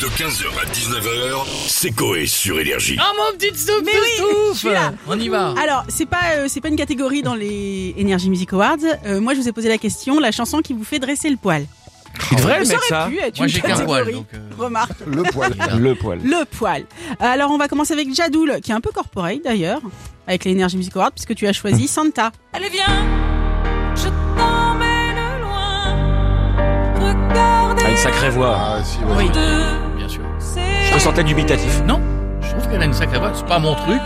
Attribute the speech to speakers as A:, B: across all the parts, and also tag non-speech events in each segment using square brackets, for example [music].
A: De 15h à 19h, c'est Coé sur Énergie.
B: Ah mon petit souffle
C: Mais oui, je suis là.
B: On y va
C: Alors, c'est pas euh, c'est pas une catégorie dans les Energy Music Awards. Euh, moi, je vous ai posé la question, la chanson qui vous fait dresser le poil.
B: C'est vrai
C: ça aurait pu être
B: Moi,
C: une
B: j'ai qu'un
C: catégorie.
B: poil, donc, euh,
C: Remarque,
D: Le
B: [laughs]
D: poil. Le poil.
C: le poil. Alors, on va commencer avec Jadoul, qui est un peu corporate d'ailleurs, avec les Energy Music Awards, puisque tu as choisi Santa.
B: Oh
E: Allez viens, je t'emmène loin. Regardez
F: a une sacrée voix.
D: Ah, si, ouais.
B: Oui.
E: deux,
B: Bien sûr.
E: c'est
F: Je me sentais dubitatif.
B: Non, je trouve qu'elle a une sacrée voix. C'est pas mon truc,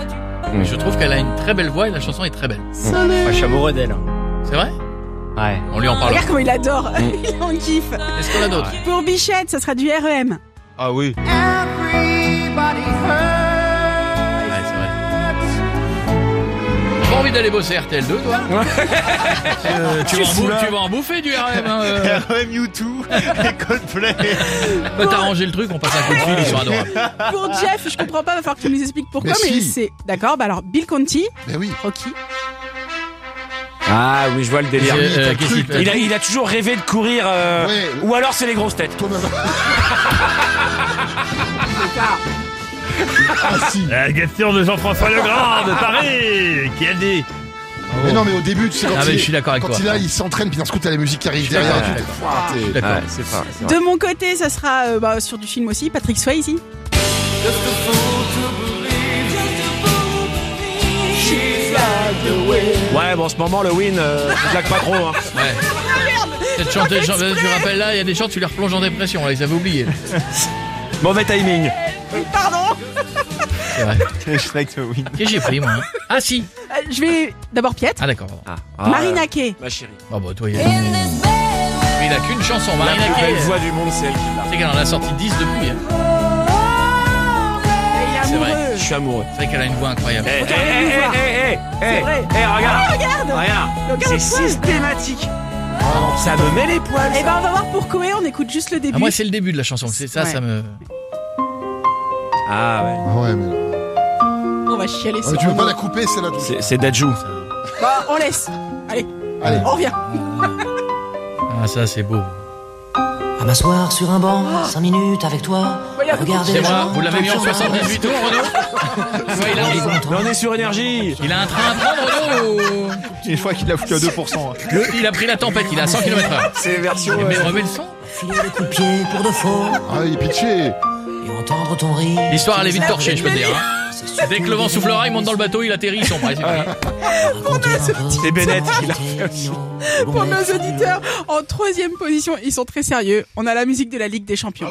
B: mais je trouve qu'elle a une très belle voix et la chanson est très belle.
F: Moi, je suis amoureux d'elle. hein.
B: C'est vrai
F: Ouais.
B: On lui en parle.
C: Regarde comment il adore,
B: Mm.
C: [laughs] il en kiffe.
B: Est-ce qu'on a d'autres
C: Pour Bichette, ça sera du E REM.
D: Ah oui.
B: Ouais, c'est vrai. T'as Pas envie d'aller bosser RTL2,
F: [laughs]
B: toi Euh, tu, vas en
D: fous,
B: bou-
D: là
B: tu vas en bouffer du RM. hein, euh.
F: [laughs]
D: RM U2 et Coldplay.
B: Bah, T'as arrangé le truc, on passe un coup de fil, ils sont adorables.
C: Pour Jeff, je comprends pas, va falloir que tu nous expliques pourquoi,
D: Mais
C: mais,
D: si.
C: c'est. D'accord, bah alors Bill Conti,
D: Mais oui.
C: Rocky.
F: Ah oui, je vois le délire.
B: Euh, euh, qu'est-ce qu'il fait
F: Il a, il a toujours rêvé de courir. euh,
D: Ouais.
F: Ou alors c'est les grosses têtes.
D: Thomas.
C: D'accord.
D: Ah si.
G: La question de Jean-François Legrand de Paris, qui a dit
D: Mais non, mais au début, tu sais, quand
B: Ah, mais
D: il,
B: je suis d'accord avec
D: quand
B: toi.
D: il, a, il s'entraîne, puis d'un coup, t'as la musique qui arrive derrière.
B: d'accord
D: et tu te- Ouah, t'es-
B: D'accord.
F: c'est pas. c'est
C: De mon côté, ça sera euh, bah, sur du film aussi, Patrick Swayze.
F: vrai. Ouais, bon, en ce moment, le win, euh, je blague pas
C: [laughs]
F: trop. Hein.
B: Ouais. Cette chanteuse, Jean- tu rappelles là, il y a des chants, tu les replonges en dépression, là, ils avaient oublié.
F: Mauvais timing.
C: Pardon
B: C'est vrai. [laughs] Qu'est-ce que j'ai pris, moi hein Ah, si
C: Euh, Je vais d'abord Pietre.
B: Ah, d'accord, pardon.
F: Ah,
C: Marina Kay.
F: Ma chérie.
B: Oh, bah, toi, il a, il a qu'une chanson, Marina
F: La plus
B: Kaye.
F: belle voix du monde, c'est elle. qui l'a.
B: C'est qu'elle en a sorti 10 depuis. hein.
C: Il est
B: C'est vrai.
C: amoureux.
F: Je suis amoureux.
B: C'est vrai qu'elle a une voix incroyable.
F: Eh, eh,
C: Retournez
F: eh,
C: nous
F: eh,
C: voir.
F: eh, eh, eh,
C: vrai. Oh,
F: eh, regarde.
C: Regarde
F: Regarde.
C: Regarde
F: C'est
C: le poil.
F: systématique. Oh, Ça me met les poils.
C: Eh ben on va voir pour Koé, on écoute juste le début.
B: Ah, moi, c'est le début de la chanson. C'est ça,
C: Ouais.
B: ça me.
F: Ah ouais.
D: Ouais, mais, non.
C: on va chialer
D: Ah, mais
C: c'est
D: tu veux
C: vraiment-
D: pas la couper, celle-là. tout de suite.
F: C'est- C'est Dajou.
C: Bah, on laisse. Allez,
D: Allez.
C: on revient.
B: Ah, ça, c'est beau.
H: À m'asseoir sur un banc,
B: Ah.
H: 5 minutes avec toi,
B: Bah,
C: Voilà.
H: à regarder
B: C'est
H: les
B: moi,
H: gens.
B: vous l'avez mis en
H: autour de
B: 78 tours, Renaud [laughs] Ouais, il, a,
F: Mais on est sur énergie.
B: il a un train à prendre, Renaud ou-
D: Une fois qu'il l'a foutu à 2%.
B: Le- Il a pris la tempête, il est à 100 km/h.
F: C'est version.
B: Mais
F: euh,
B: remets le son.
H: Filer des coups de pied pour de faux
D: Ah, il est pitché.
H: et entendre ton rire.
B: L'histoire, elle est vite torchée, je peux te dire. hein.
H: C'est super
B: Dès que le vent
H: mignon,
B: soufflera, il monte dans le bateau, il atterrit, ils sont prêts. c'est fini.
H: raconter un peu
F: Et Bennett,
H: ce
F: il a
H: qui
F: fait
H: était
F: aussi.
H: mignon, bon
C: Pour nos
H: mec.
C: auditeurs, en troisième position, ils sont très sérieux. On a la musique de la Ligue des Champions.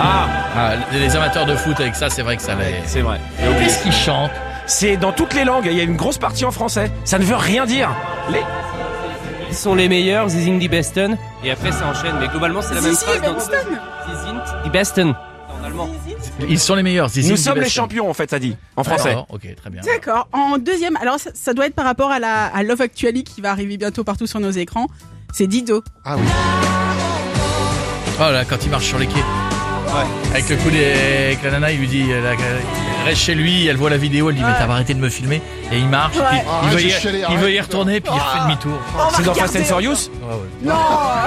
F: Ah,
B: Ah, les- les amateurs de foot avec ça, c'est vrai que ça les.
F: c'est vrai.
B: Qu'est-ce qu'ils chantent
F: C'est dans toutes les langues. Il y a une grosse partie en français. Ça ne veut rien dire. Les...
I: Ils sont les meilleurs, Zizing die Besten. Et après, ça enchaîne. Mais globalement, c'est la même
C: Si, si,
I: phrase. dans-
C: Benston.
I: Zizing die Besten. En allemand.
B: Ils sont les meilleurs. Zizou,
F: Nous
B: Zizou,
F: sommes les
B: Zizou.
F: champions, en fait, ça dit. En français.
B: D'accord, Ah, ok, très bien.
C: D'accord. En deuxième, alors ça, ça doit être par rapport à, la, à Love Actually qui va arriver bientôt partout sur nos écrans. C'est Dido.
D: Ah oui.
B: Oh là, quand il marche sur les quais. Avec le coup des. Avec la nana, il lui dit. elle a- elle Reste chez lui, elle voit la vidéo, elle dit Mais
C: Ouais.
B: t'as pas arrêté de me filmer Et il marche,
C: Ouais.
B: puis
D: Ah,
B: il, veut
D: j'ai
B: y,
D: chialé,
B: il
D: arrête.
B: veut y retourner, puis il refait demi-tour. Ah,
F: C'est dans Fast and Furious
B: Ouais, ouais.
C: Non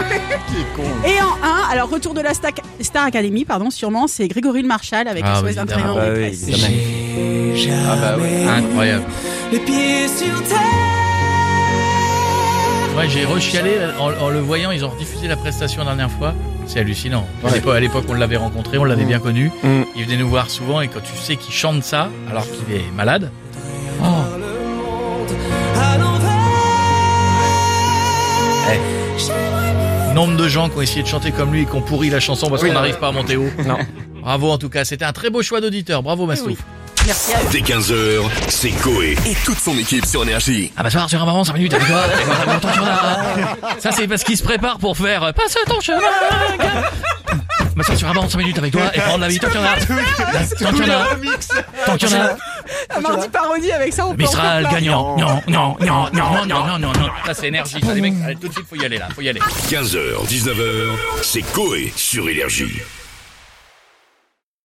D: Qui est con.
C: Et en 1, alors retour de la Star, Star Academy, pardon, sûrement, c'est Grégory le Marshal avec
B: Ah, bah,
C: SOS d'un
B: évidemment.
C: train en
F: Bah oui,
C: détresse.
F: évidemment.
B: Ah bah ouais, incroyable.
H: Les pieds sur terre.
B: Ouais, j'ai rechialé en, en le voyant, ils ont rediffusé la prestation la dernière fois. C'est hallucinant. À
D: Ouais.
B: l'époque- À l'époque, on l'avait rencontré, on l'avait bien connu.
F: Mm.
B: Il venait nous voir souvent et quand tu sais qu'il chante ça, alors qu'il est malade. Oh. Eh. Nombre de gens qui ont essayé de chanter comme lui et qui ont pourri la chanson parce qu'on n'arrive pas à monter haut.
F: Non. Eh
B: Bravo en tout cas, c'était un très beau choix d'auditeur. Bravo Mastouf.
C: Merci à vous.
A: Dès 15h, c'est Coé et toute son équipe sur Énergie.
B: Ah bah soir sur un moment, 5 minutes avec toi, avec moi, avec ton chemin. Ça c'est parce qu'il se prépare pour faire euh, passe ton chemin. Bah soir sur un moment, 5 minutes avec toi et prendre la vie tant qu'il y en a. Tant qu'il y en a. Tant qu'il y en a.
C: Un mardi parodie avec ça, on peut en faire
B: Mistral
C: plein.
B: gagnant. Non, non, non, non, non, non, non, non. Ça c'est énergie, ça les mecs. Allez, tout de suite, faut y aller là, faut y aller.
A: 15h, 19h, c'est Coé sur Énergie.